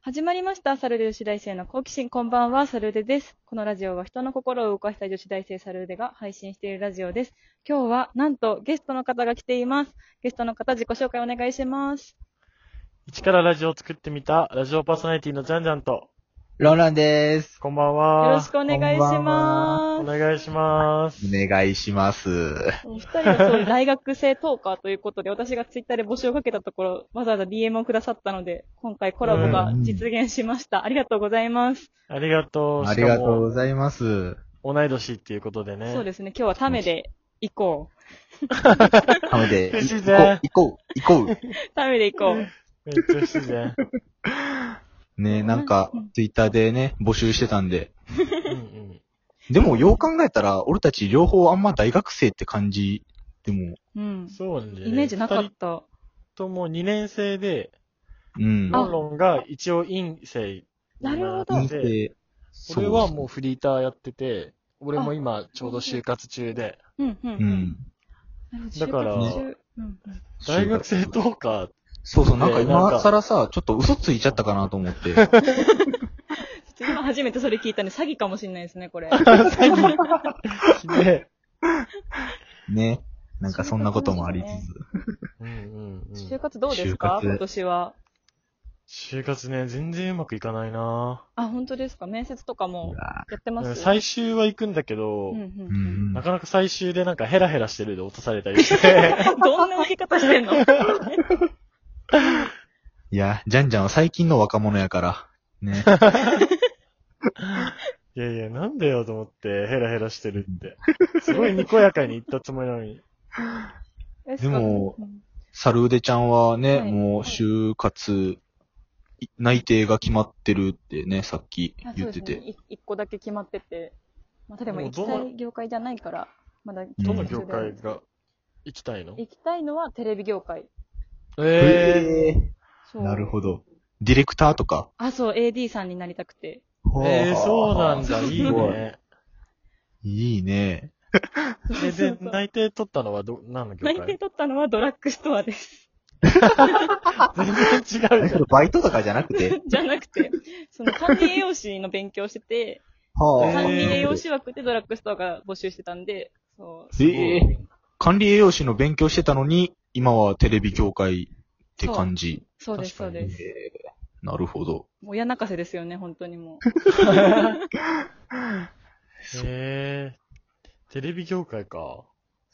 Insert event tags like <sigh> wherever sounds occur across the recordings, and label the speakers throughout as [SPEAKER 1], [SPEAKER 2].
[SPEAKER 1] 始まりました。サルデ女子大生の好奇心。こんばんは、サルデです。このラジオは人の心を動かしたい女子大生サルデが配信しているラジオです。今日は、なんとゲストの方が来ています。ゲストの方、自己紹介お願いします。
[SPEAKER 2] 一からラジオを作ってみた、ラジオパーソナリティのジャンジャンと、
[SPEAKER 3] ロンランです。
[SPEAKER 2] こんばん
[SPEAKER 1] よ
[SPEAKER 2] は。
[SPEAKER 1] ろしくお願いし
[SPEAKER 3] こんば
[SPEAKER 1] ま
[SPEAKER 2] お
[SPEAKER 1] す。
[SPEAKER 2] 願いします。
[SPEAKER 3] お願いします。
[SPEAKER 1] お二人はそういう大学生トーカーということで、私がツイッターで募集をかけたところ、わざわざ DM をくださったので、今回コラボが実現しました。ありがとうございます。
[SPEAKER 2] ありがとう。
[SPEAKER 3] ありがとう
[SPEAKER 2] う。
[SPEAKER 3] ございます。
[SPEAKER 2] 同い年っていうことでね。
[SPEAKER 1] そうですね、今日はタメで行こ
[SPEAKER 3] なので、
[SPEAKER 2] 嬉しい
[SPEAKER 3] 行
[SPEAKER 2] ね
[SPEAKER 3] こう、行こう、行こ
[SPEAKER 1] う。タメで行こう。
[SPEAKER 2] めっちゃ自然。
[SPEAKER 3] う。ねなんか
[SPEAKER 1] うん、
[SPEAKER 3] ツイッターでね、募集してたんで。
[SPEAKER 2] うんうん。
[SPEAKER 3] でも、よう考えたら、俺たち両方あんま大学生って感じ。でも、
[SPEAKER 1] うん。
[SPEAKER 2] そうね。
[SPEAKER 1] イメージなかっ
[SPEAKER 2] 二人
[SPEAKER 1] た。
[SPEAKER 2] とも2年生で、
[SPEAKER 3] うん。
[SPEAKER 2] ロンロンが一応院生
[SPEAKER 1] なるほど
[SPEAKER 3] 人
[SPEAKER 2] で、
[SPEAKER 3] 生そ
[SPEAKER 2] 俺はもうフリーターやってて、俺も今ちょうど就活中で、
[SPEAKER 1] うんうんう
[SPEAKER 3] う、うん
[SPEAKER 1] ん。。なるほど
[SPEAKER 2] だから
[SPEAKER 1] 就活中うんうん
[SPEAKER 2] 大学生トーカー、
[SPEAKER 3] そうそう、なんか
[SPEAKER 2] ねなんか
[SPEAKER 3] 今更さ、ちょっと嘘ついちゃったかなと思って。
[SPEAKER 1] ちょっと今初めてそれ聞いたんで、詐欺かもしれないですね、 <laughs> これ。 <laughs>
[SPEAKER 2] で、
[SPEAKER 3] ね。なんかそんなこともありつ
[SPEAKER 1] 就活なんで
[SPEAKER 2] う
[SPEAKER 3] つ。
[SPEAKER 2] んうんうん
[SPEAKER 1] 就活どうですか
[SPEAKER 3] 就活
[SPEAKER 1] 今年は。
[SPEAKER 2] 就活ね、全然うまくいかないな
[SPEAKER 1] あ、本当ですか面接とかも
[SPEAKER 3] うわ
[SPEAKER 1] やってます
[SPEAKER 2] 最終は行くんだけど、
[SPEAKER 1] うんう
[SPEAKER 3] うん
[SPEAKER 1] <laughs>
[SPEAKER 3] ん
[SPEAKER 2] なかなか最終でなんかヘラヘラしてるで落とされたりして、
[SPEAKER 1] うん。どんな受け方してんの
[SPEAKER 3] いや、ジャンジャンは最近の若者やから。ね。
[SPEAKER 2] いやいや、なんだよと思って、ヘラヘラしてるって。すごいにこやかに言ったつもりなのに。
[SPEAKER 1] で
[SPEAKER 3] も、サルーデちゃんはね、
[SPEAKER 1] はい
[SPEAKER 3] もう就活、い内定が決まってるってね、さっき
[SPEAKER 1] あそ
[SPEAKER 3] 言
[SPEAKER 1] う
[SPEAKER 3] っ
[SPEAKER 1] で
[SPEAKER 3] て
[SPEAKER 1] すね
[SPEAKER 3] て。
[SPEAKER 1] い一個だけ決まってて。またでも
[SPEAKER 2] も
[SPEAKER 1] 行
[SPEAKER 2] う
[SPEAKER 1] き
[SPEAKER 2] ど
[SPEAKER 1] た
[SPEAKER 2] の
[SPEAKER 1] い業界じゃないから、まだ
[SPEAKER 3] ん
[SPEAKER 2] どの
[SPEAKER 1] 企
[SPEAKER 2] 業
[SPEAKER 1] 画中で
[SPEAKER 2] 界が行きたいの
[SPEAKER 1] 行きたいのはテレビ業界。
[SPEAKER 2] え
[SPEAKER 1] そう
[SPEAKER 3] なるほど。ディレクターとか。
[SPEAKER 1] あ、そう、AD さんになりたくて。
[SPEAKER 2] ー、えー、そうなんだ、いい
[SPEAKER 3] すごい
[SPEAKER 2] ね。
[SPEAKER 3] いいね。
[SPEAKER 2] え、で、内定取ったのはど、何の業
[SPEAKER 1] <laughs> 内定
[SPEAKER 2] 界
[SPEAKER 1] 取ったのはドラッグストアです。
[SPEAKER 2] 全然違うじゃん。
[SPEAKER 3] バイトとかじゃなくて
[SPEAKER 1] <laughs> じゃなくて、その管理栄養士の勉強してて、
[SPEAKER 3] は
[SPEAKER 1] 管理栄養
[SPEAKER 3] え
[SPEAKER 1] 士枠でドラッグストアが募集してたんで、そう。
[SPEAKER 3] ー管理栄養士の勉強してたのに、今はテレビ業界って感じ。
[SPEAKER 1] そうです、そう
[SPEAKER 2] 確か
[SPEAKER 1] で
[SPEAKER 2] に
[SPEAKER 1] す。
[SPEAKER 3] なるほど。
[SPEAKER 1] もう親泣かせですよね、本当にも
[SPEAKER 2] えー、テレビ業界か。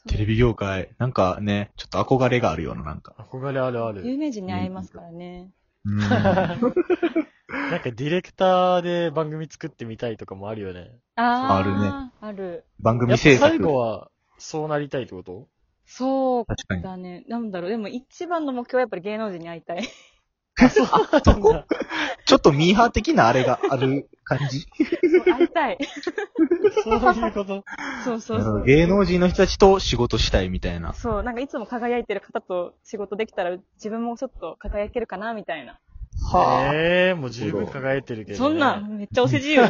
[SPEAKER 1] う。
[SPEAKER 3] <laughs> テレビ業界、なんかね、ちょっと憧れがあるような、なんか。
[SPEAKER 2] 憧れあるある。
[SPEAKER 1] 有名人に会えますからね。
[SPEAKER 3] うん <laughs>
[SPEAKER 2] なんかディレクターで番組作ってみたいとかもあるよね。
[SPEAKER 1] あー
[SPEAKER 3] あるね。
[SPEAKER 1] ある。
[SPEAKER 3] 番
[SPEAKER 2] や
[SPEAKER 3] 組
[SPEAKER 2] っぱ
[SPEAKER 3] 制作。
[SPEAKER 2] 最後は、そうなりたいってこと
[SPEAKER 1] そう
[SPEAKER 3] 確かに。
[SPEAKER 1] だね。なんだろう。でも一番の目標はやっぱり芸能人に会いたい。
[SPEAKER 3] そこちょっとミーハー的なあれがある感じ。
[SPEAKER 1] 会いたい。
[SPEAKER 2] そういうこと。
[SPEAKER 1] そう <laughs> そうそう。
[SPEAKER 3] 芸能人の人たちと仕事したいみたいな。
[SPEAKER 1] そう、なんかいつも輝いてる方と仕事できたら自分もちょっと輝けるかな、みたいな。
[SPEAKER 3] え。
[SPEAKER 2] ええもう十分輝いてるけど、ね。
[SPEAKER 1] そんなん、めっちゃお世辞言う。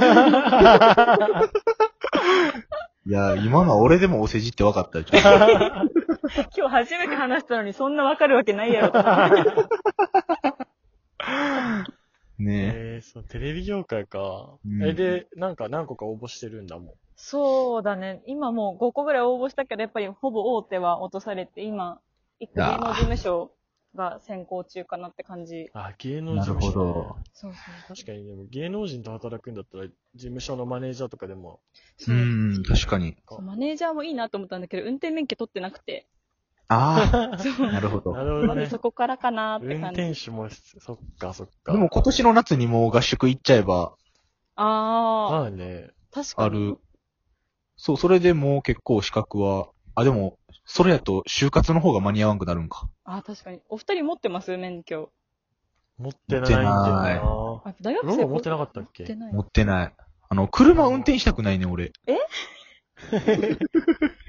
[SPEAKER 3] いや、今のは俺でもお世辞って分かったよ
[SPEAKER 1] <laughs>
[SPEAKER 3] ちょっ
[SPEAKER 1] 今日初めて話したのにそんなわかるわけないやろと思って。
[SPEAKER 3] と。
[SPEAKER 2] え
[SPEAKER 3] ね
[SPEAKER 2] えそう、テレビ業界か。
[SPEAKER 3] うん
[SPEAKER 2] え、で、なんか何個か応募してるんだもん。
[SPEAKER 1] そうだね。今もう5個ぐらい応募したけど、やっぱりほぼ大手は落とされて、今、一個芸能事務所が先行中かなって感じ。
[SPEAKER 2] あ、芸能
[SPEAKER 3] な
[SPEAKER 2] 事
[SPEAKER 3] る
[SPEAKER 2] 務所、
[SPEAKER 3] ほど。
[SPEAKER 1] そうそう
[SPEAKER 2] 確かに、でも芸能人と働くんだったら、事務所のマネージャーとかでも、
[SPEAKER 3] う
[SPEAKER 1] そう。
[SPEAKER 3] ん、確かに。
[SPEAKER 1] そうマネージャーもいいなと思ったんだけど、運転免許取ってなくて。
[SPEAKER 3] ああ、
[SPEAKER 1] そう。
[SPEAKER 3] <laughs> なるほ
[SPEAKER 2] な
[SPEAKER 3] ど。
[SPEAKER 2] るほど
[SPEAKER 1] まず
[SPEAKER 2] ね。
[SPEAKER 1] そこからかなって
[SPEAKER 2] 運
[SPEAKER 1] 感じ。
[SPEAKER 2] 転手も、そっかそっか。
[SPEAKER 3] でも今年の夏にもう合宿行っちゃえば
[SPEAKER 1] ああ、
[SPEAKER 2] まあね。
[SPEAKER 1] 確か
[SPEAKER 3] あ
[SPEAKER 1] に。
[SPEAKER 3] る。そう、それでもう結構資格は、あ、でも、それやと就活の方が間に合わんくなるんか。
[SPEAKER 1] ああ、確かに。お二人持ってます免許。
[SPEAKER 2] 持ってないん
[SPEAKER 3] 持っ
[SPEAKER 2] だ
[SPEAKER 3] て
[SPEAKER 2] よ
[SPEAKER 3] ない
[SPEAKER 2] な。
[SPEAKER 1] あ、大学
[SPEAKER 2] ロ
[SPEAKER 1] 生
[SPEAKER 2] ボ持ってなかったっ
[SPEAKER 1] 持って
[SPEAKER 2] け
[SPEAKER 1] ない
[SPEAKER 3] 持。ってない。あの、車運転したくないね、俺。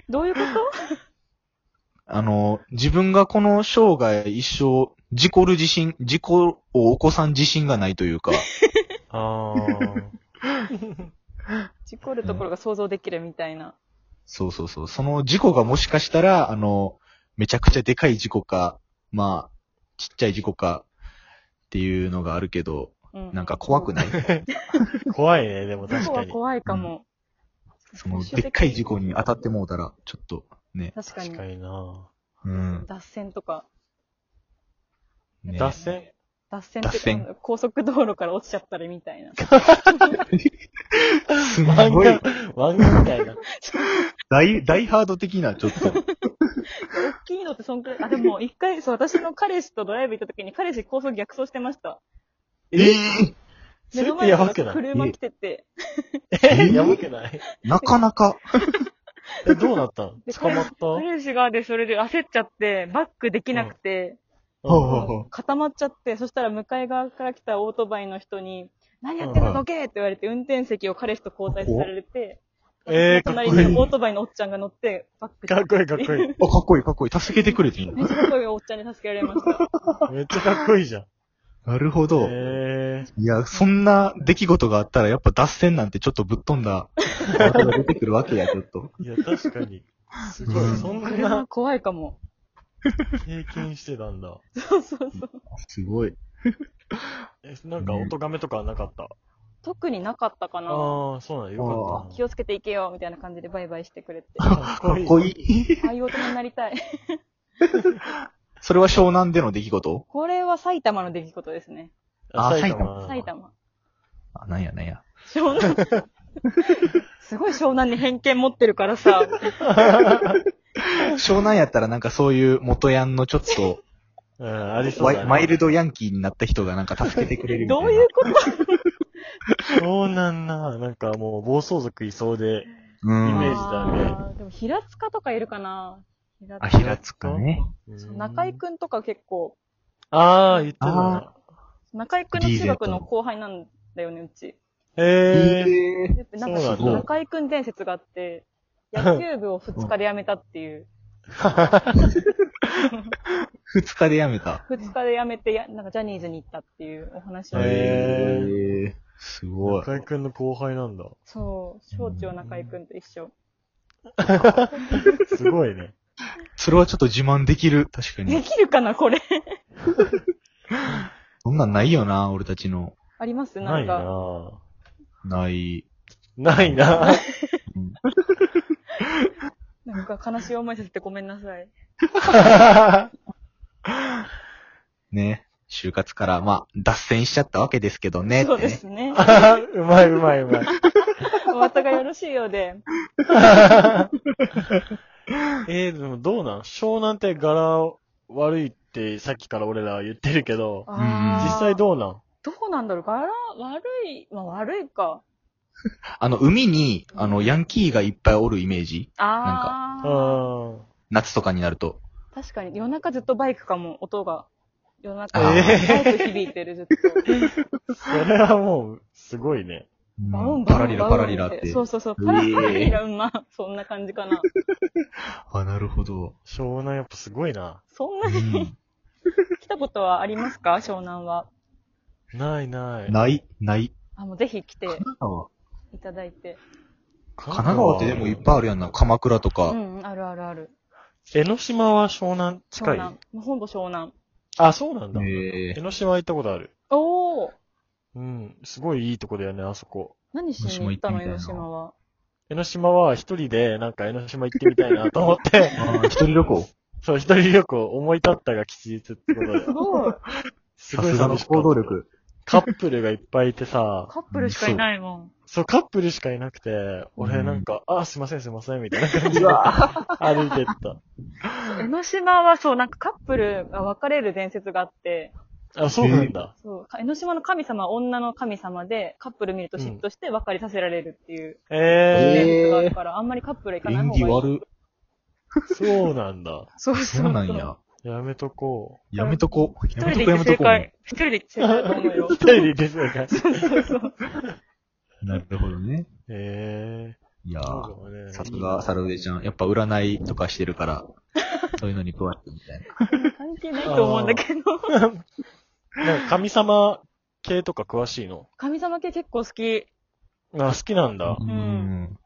[SPEAKER 1] どういうこと
[SPEAKER 3] あの、自分がこの生涯一生、事故る自信、事故を起こさん自信がないという <laughs> か、
[SPEAKER 2] あ
[SPEAKER 1] 事故るところが想像できるみたいな。
[SPEAKER 3] そうそうそう、その事故がもしかしたら、あの、めちゃくちゃでかい事故か、まあ、ちっちゃい事故か、っていうのがあるけど、
[SPEAKER 1] うん
[SPEAKER 3] なんか怖 <laughs> くない
[SPEAKER 2] 怖いね、でも確
[SPEAKER 1] 事故
[SPEAKER 2] か
[SPEAKER 1] は
[SPEAKER 2] に。
[SPEAKER 1] 怖いかも。
[SPEAKER 3] その、でっかい事故に当たってもうたら、ちょっと、ね。
[SPEAKER 1] 確か
[SPEAKER 2] 確
[SPEAKER 1] に。
[SPEAKER 2] かにな
[SPEAKER 3] うん。
[SPEAKER 1] 脱線とか、
[SPEAKER 3] ね
[SPEAKER 2] 脱線
[SPEAKER 1] 脱線って
[SPEAKER 3] 脱
[SPEAKER 1] いうか
[SPEAKER 3] 線
[SPEAKER 1] 高速道路から落ちちゃったりみたい
[SPEAKER 2] <laughs>
[SPEAKER 1] な。
[SPEAKER 3] すん
[SPEAKER 2] 漫
[SPEAKER 3] ごい、
[SPEAKER 2] 画、漫画みたいな。
[SPEAKER 3] 大、大ハード的な、ちょっと。
[SPEAKER 1] 大きいのってそんくらい。あ、でも一回、そう、私の彼氏とドライブ行った時に彼氏高速逆走してました。
[SPEAKER 3] <laughs> ええ
[SPEAKER 2] それってやばくない
[SPEAKER 1] 車来てて。
[SPEAKER 2] え、やばくない
[SPEAKER 3] なかなか。
[SPEAKER 2] え、どうなったの
[SPEAKER 1] で
[SPEAKER 2] 捕まった
[SPEAKER 1] 彼氏がで、それで焦っちゃって、バックできなくて、
[SPEAKER 3] <laughs> ほう
[SPEAKER 2] う
[SPEAKER 3] ほう
[SPEAKER 1] 固まっちゃって、そしたら向かい側から来たオートバイの人に、何やってんの
[SPEAKER 3] うん
[SPEAKER 1] どけって言われて、運転席を彼氏と交代されて、
[SPEAKER 2] んえー、かっ
[SPEAKER 1] 隣
[SPEAKER 2] こ
[SPEAKER 1] に
[SPEAKER 2] いい。
[SPEAKER 1] オートバイのおっちゃんが乗って、バッ <laughs> ク
[SPEAKER 2] かっこいい、かっこいい。
[SPEAKER 3] あ、かっこいい、かっこいい。助けてくれていい
[SPEAKER 1] め
[SPEAKER 3] <laughs> の
[SPEAKER 1] っちゃかっこいいおっちゃんに助けられました。
[SPEAKER 2] めっちゃかっこいいじゃん。
[SPEAKER 3] なるほど。
[SPEAKER 2] え
[SPEAKER 3] いや、そんな出来事があったら、やっぱ脱線なんてちょっとぶっ飛んだ、ワードが出てくるわけや、ちょっと。
[SPEAKER 2] ー、いや、確かに。すご
[SPEAKER 3] う
[SPEAKER 2] い。<laughs>
[SPEAKER 3] ん
[SPEAKER 2] そん
[SPEAKER 1] これは
[SPEAKER 2] な
[SPEAKER 1] 怖いかも。
[SPEAKER 2] 経験してたんだ。
[SPEAKER 1] そうそうそう。
[SPEAKER 3] すごい。
[SPEAKER 2] え、なんか、音がめとかはなかった。
[SPEAKER 1] 特になかったかな。
[SPEAKER 2] ああ、そうなんだ。よ
[SPEAKER 1] 気
[SPEAKER 2] かっ
[SPEAKER 1] をつけていけよ、みたいな感じでバイバイしてくれて。
[SPEAKER 2] た
[SPEAKER 1] あ
[SPEAKER 2] な。
[SPEAKER 3] かっこい
[SPEAKER 2] い。
[SPEAKER 3] い。
[SPEAKER 1] あいう大人になりたい。
[SPEAKER 3] それは湘南での出来事
[SPEAKER 1] これは埼玉の出来事ですね。
[SPEAKER 2] あ、
[SPEAKER 3] あ
[SPEAKER 2] 埼
[SPEAKER 3] 埼
[SPEAKER 2] 玉。
[SPEAKER 3] 玉
[SPEAKER 1] 埼。玉。
[SPEAKER 3] あ、なんやなんや。
[SPEAKER 1] 湘南。すごい湘南に偏見持ってるからさ。
[SPEAKER 3] 湘南やったらなんかそういう元ヤンのちょっと、
[SPEAKER 2] うん、ありそう
[SPEAKER 3] ワ
[SPEAKER 2] だね。
[SPEAKER 3] イマイルドヤンキーになった人がなんか助けてくれるみたい
[SPEAKER 1] ど
[SPEAKER 3] な。
[SPEAKER 1] ういうこと
[SPEAKER 2] そうなんだ。なんかもう、暴走族いそうで。
[SPEAKER 3] う
[SPEAKER 2] イメー
[SPEAKER 3] ん
[SPEAKER 2] ジ。だ
[SPEAKER 1] あーでも平塚とかいるかな。平
[SPEAKER 3] あ、平塚ね。
[SPEAKER 1] そう中井くんとか結構、
[SPEAKER 2] ああ、言ってたな。
[SPEAKER 1] 中井くんの中学
[SPEAKER 3] DZ
[SPEAKER 1] の
[SPEAKER 3] の
[SPEAKER 1] 後輩なんだよね、うち。
[SPEAKER 2] ええ。
[SPEAKER 1] やっぱなんか
[SPEAKER 2] そうなん
[SPEAKER 3] だ
[SPEAKER 1] 中井くん伝説があって、野球部を2日で辞めたっていう。
[SPEAKER 3] 二日で辞めた。
[SPEAKER 1] 2日で辞めてや、なんかジャニーズに行ったっていうお話を。
[SPEAKER 2] へー
[SPEAKER 3] え。すごい。
[SPEAKER 2] 中井くんの後輩なんだ。
[SPEAKER 1] そう、小中中井くんと一緒。
[SPEAKER 2] すごいね。
[SPEAKER 3] それはちょっと自慢できる。確
[SPEAKER 1] で
[SPEAKER 3] かに。
[SPEAKER 1] きるかな、これ。 <laughs>
[SPEAKER 3] そんなんないよな、俺たちの。
[SPEAKER 1] あります <laughs> な
[SPEAKER 2] なんいな
[SPEAKER 1] か。
[SPEAKER 2] ぁ
[SPEAKER 3] ない。
[SPEAKER 2] ないなぁ
[SPEAKER 1] なんか悲しい思いさせてごめんなさい。
[SPEAKER 3] ね。就活から、まあ、脱線しちゃったわけですけどね。
[SPEAKER 1] そうです
[SPEAKER 3] <laughs>
[SPEAKER 1] ね。
[SPEAKER 2] あー <laughs> うまいうまいうまい。
[SPEAKER 1] お後がよろしいようで。
[SPEAKER 2] えー、でもどうなん湘南って柄悪いってさっきから俺ら言ってるけど、
[SPEAKER 1] あー
[SPEAKER 2] 実際どうなん
[SPEAKER 1] どうなんだろう柄悪い、まあ悪いか。
[SPEAKER 3] あの、海に、あの、ヤンキーがいっぱいおるイメージ。
[SPEAKER 1] ああ。
[SPEAKER 2] あー
[SPEAKER 3] 夏とかになると。
[SPEAKER 1] 確かに夜中ずっとバイクかも、音が。夜中、
[SPEAKER 3] あ
[SPEAKER 2] ー
[SPEAKER 1] バイク響いてる、ずっと。
[SPEAKER 3] <laughs>
[SPEAKER 2] それはもう、すごいね。
[SPEAKER 1] バウンバウン
[SPEAKER 3] パラリラ、パラリラって。
[SPEAKER 1] そうそうそう。
[SPEAKER 3] え
[SPEAKER 1] パラ
[SPEAKER 3] ー
[SPEAKER 1] パラリラ、うんまあ、そんな感じかな。
[SPEAKER 3] あ、なるほど。
[SPEAKER 2] 湘南やっぱすごいな。
[SPEAKER 1] そん
[SPEAKER 3] う
[SPEAKER 1] なに
[SPEAKER 3] ん、
[SPEAKER 1] 来たことはありますか湘南は。
[SPEAKER 2] ないない。
[SPEAKER 3] ない、ない。
[SPEAKER 1] あ、もうぜひ来て
[SPEAKER 3] 神奈川
[SPEAKER 1] いただいて。
[SPEAKER 3] 神奈川ってでもいっぱいあるやんな。鎌倉と
[SPEAKER 1] う
[SPEAKER 3] か。
[SPEAKER 1] んうん、あるあるある。
[SPEAKER 2] 江ノ島は湘南
[SPEAKER 1] 湘
[SPEAKER 2] 近い
[SPEAKER 1] 南。もうほぼ湘南。
[SPEAKER 2] あ、そうなんだ。
[SPEAKER 3] え
[SPEAKER 2] 江ノ島行ったことある。
[SPEAKER 1] おお
[SPEAKER 2] うん。すごいいいとこだよね、あそこ。
[SPEAKER 1] 何しに行ったの、江
[SPEAKER 3] 江
[SPEAKER 1] ノ
[SPEAKER 3] ノ
[SPEAKER 1] 島
[SPEAKER 3] 島
[SPEAKER 1] は。。
[SPEAKER 2] 江ノ島は一人で、なんか江ノ島行ってみたいなと思っ
[SPEAKER 3] <laughs>
[SPEAKER 2] て、
[SPEAKER 3] あー一人旅行。
[SPEAKER 2] そう、一人旅行思い立ったが吉日ってことです
[SPEAKER 1] ご
[SPEAKER 3] <laughs>
[SPEAKER 1] い。
[SPEAKER 2] す
[SPEAKER 3] さ
[SPEAKER 2] ごい
[SPEAKER 3] すがの
[SPEAKER 2] 寂しか
[SPEAKER 3] 行
[SPEAKER 2] った
[SPEAKER 3] 動。力。
[SPEAKER 2] カップルがいっぱいいてさ、
[SPEAKER 1] カップルしかいないもん。
[SPEAKER 2] そう、カップルしかいなくて、俺なんか、あ、すいませんすいません、みたいな感じで
[SPEAKER 3] うわ
[SPEAKER 2] 歩いてった。
[SPEAKER 1] 江ノ島はそう、なんかカップルが別れる伝説があって、
[SPEAKER 2] あ、そうなんだ。
[SPEAKER 1] そう、江ノ島の神様は女の神様で、カップル見ると嫉妬して別れさせられるっていう伝
[SPEAKER 2] え
[SPEAKER 1] 説があるから、あんまりカップルは行かない
[SPEAKER 3] 演
[SPEAKER 1] 方
[SPEAKER 3] 技
[SPEAKER 1] がいい。
[SPEAKER 3] 悪。
[SPEAKER 2] ー、そうなんだ。
[SPEAKER 1] そうそう
[SPEAKER 3] そうなんや。
[SPEAKER 2] やめとこう。
[SPEAKER 3] やめとこ。
[SPEAKER 1] 一
[SPEAKER 3] や
[SPEAKER 1] 人
[SPEAKER 3] め
[SPEAKER 1] で
[SPEAKER 3] とこ、
[SPEAKER 1] 行
[SPEAKER 3] や
[SPEAKER 1] って正
[SPEAKER 3] めとこ。
[SPEAKER 1] 解。一人で行って正解だと思うよ
[SPEAKER 2] 一。人でですよ、
[SPEAKER 1] そうそう。
[SPEAKER 3] なるほどね。
[SPEAKER 2] え
[SPEAKER 3] いや
[SPEAKER 2] ー、
[SPEAKER 3] ー。
[SPEAKER 2] そうだね
[SPEAKER 3] さすが、サルデちゃん。やっぱ占いとかしてるから、そういうのに加わってみたいな。
[SPEAKER 1] 関係ないと思うんだけど。
[SPEAKER 2] なんか神様系とか詳しいの
[SPEAKER 1] 神様系結構好き。
[SPEAKER 2] あ、好きなんだ。
[SPEAKER 1] ん
[SPEAKER 3] うん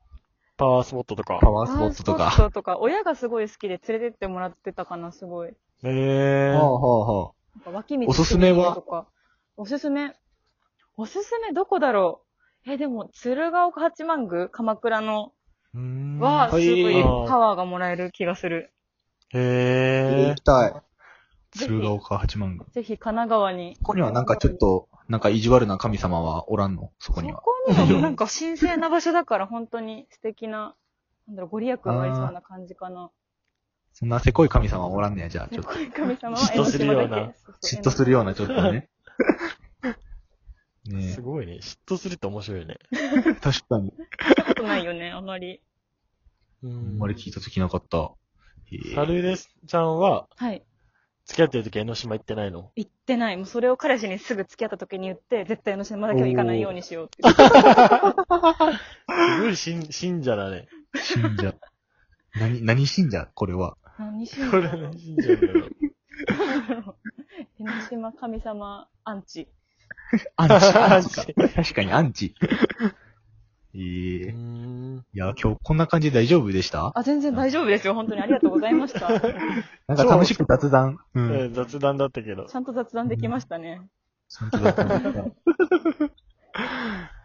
[SPEAKER 2] パワースポットとか。
[SPEAKER 3] パワースポットと
[SPEAKER 1] パワース
[SPEAKER 3] か。
[SPEAKER 1] ポットとか、親がすごい好きで連れてってもらってたかな、すごい。
[SPEAKER 2] え
[SPEAKER 3] はあはあはあ。
[SPEAKER 1] なんか脇道
[SPEAKER 3] おすすめは
[SPEAKER 1] とかおすすめ。おすすめどこだろうえ、でも、鶴岡八幡宮鎌倉の
[SPEAKER 3] うーん
[SPEAKER 1] は、すごい
[SPEAKER 2] へ
[SPEAKER 1] パ
[SPEAKER 2] ー
[SPEAKER 1] ワーがもらえる気がする。
[SPEAKER 2] へ
[SPEAKER 4] 行
[SPEAKER 2] え
[SPEAKER 4] き。たい。
[SPEAKER 1] ぜひ
[SPEAKER 3] 鶴岡八幡宮。
[SPEAKER 1] ぜひ神奈川に。
[SPEAKER 3] ここにはなんかちょっと、なんか意地悪な神様はおらんのそこ
[SPEAKER 1] そ
[SPEAKER 3] には。
[SPEAKER 1] こにはもうなんか神聖な場所だから本当に素敵な、なんだろう、ご利益がありそうな感じかな。
[SPEAKER 3] そんなせこい神様はおらんねや、じゃあ、ちょっと。
[SPEAKER 1] こういう神様は
[SPEAKER 2] 嫉妬するような
[SPEAKER 1] 江ノ島だけ
[SPEAKER 3] 嫉妬するような、ちょっとね。 <laughs> ね
[SPEAKER 2] すごいね。嫉妬するって面白いね。
[SPEAKER 3] え、確か
[SPEAKER 1] そ
[SPEAKER 3] に。
[SPEAKER 1] う江ノ島行ったことないよね、あんまり。
[SPEAKER 2] う
[SPEAKER 3] あん
[SPEAKER 2] ん
[SPEAKER 3] まり聞いたときなかった。へえ
[SPEAKER 2] サルデスちゃんは、
[SPEAKER 1] はい。
[SPEAKER 2] 付き合ってる時江ノ島行ってない <laughs> の
[SPEAKER 1] 行ってない。もうそれを彼氏にすぐ付き合った時に言って、絶対江ノ島だけは行かないようにしようっ
[SPEAKER 3] <laughs>
[SPEAKER 1] て。
[SPEAKER 2] すごい信信者だね。
[SPEAKER 3] 信者。何、何信者これ <laughs> は。
[SPEAKER 1] 何しよ
[SPEAKER 2] <laughs> こ
[SPEAKER 1] う
[SPEAKER 2] れは信者だ <laughs> よ。
[SPEAKER 1] 江ノ島神様アンチ。
[SPEAKER 3] アンチ、アンチか。確かにアンチ。え
[SPEAKER 2] う
[SPEAKER 3] え
[SPEAKER 2] ー
[SPEAKER 3] い
[SPEAKER 2] ん。
[SPEAKER 3] や、今日こんな感じで大丈夫でした
[SPEAKER 1] あ、全然大丈夫ですよ。本当にありがとうございました。 <laughs> ち
[SPEAKER 3] なんか楽しく雑談。
[SPEAKER 2] え
[SPEAKER 3] うん。
[SPEAKER 2] ー雑談だったけど。
[SPEAKER 1] ゃんと雑談できましたね。
[SPEAKER 3] ちゃんと雑談だった <laughs>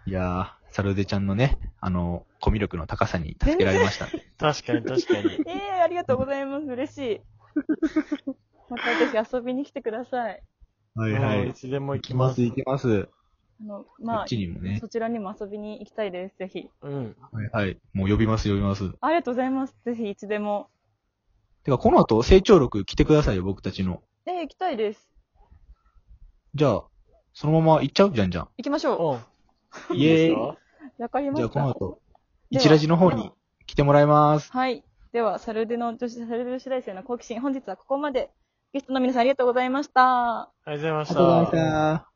[SPEAKER 3] いやー、サルデちゃんのね、あの、コミュ力の高さに助けられました。
[SPEAKER 2] 確かに確かに。
[SPEAKER 1] ええありがとうございます。嬉し <laughs> い。またぜひ遊びに来てください。
[SPEAKER 3] <laughs> は
[SPEAKER 2] うんい。つでも行
[SPEAKER 3] 行
[SPEAKER 2] き
[SPEAKER 3] き
[SPEAKER 2] ま。
[SPEAKER 3] ますす、行きます。
[SPEAKER 1] あの、
[SPEAKER 3] こ
[SPEAKER 1] ま
[SPEAKER 3] っちにも
[SPEAKER 1] あ、
[SPEAKER 3] ね。
[SPEAKER 1] そちらにも遊びに行きたいです。ぜひ。
[SPEAKER 2] うん。
[SPEAKER 3] はい、はい。もう呼びます、呼びます。
[SPEAKER 1] ありがとうございます。ぜひいつでも。
[SPEAKER 3] てか、この後、成長力来てくださいよ、僕たちの。
[SPEAKER 1] ええ行きたいです。
[SPEAKER 3] じゃあ、そのまま行っちゃうじゃんじゃん。
[SPEAKER 1] 行きましょ
[SPEAKER 2] うん。
[SPEAKER 3] イエーイ
[SPEAKER 2] いいですか
[SPEAKER 1] う。わかりま
[SPEAKER 3] じゃ
[SPEAKER 1] し
[SPEAKER 3] あ、こ
[SPEAKER 1] た。
[SPEAKER 3] の後、
[SPEAKER 1] では
[SPEAKER 3] 一ラジの方に来てもらいます。
[SPEAKER 1] はい。では、サルデの女子、サルデ女子大生の好奇心、本日はここまで。ゲストの皆さんありがとうございました。
[SPEAKER 2] ありがとうございま
[SPEAKER 3] あり
[SPEAKER 2] し
[SPEAKER 3] がとうござい
[SPEAKER 2] た
[SPEAKER 3] まし。た。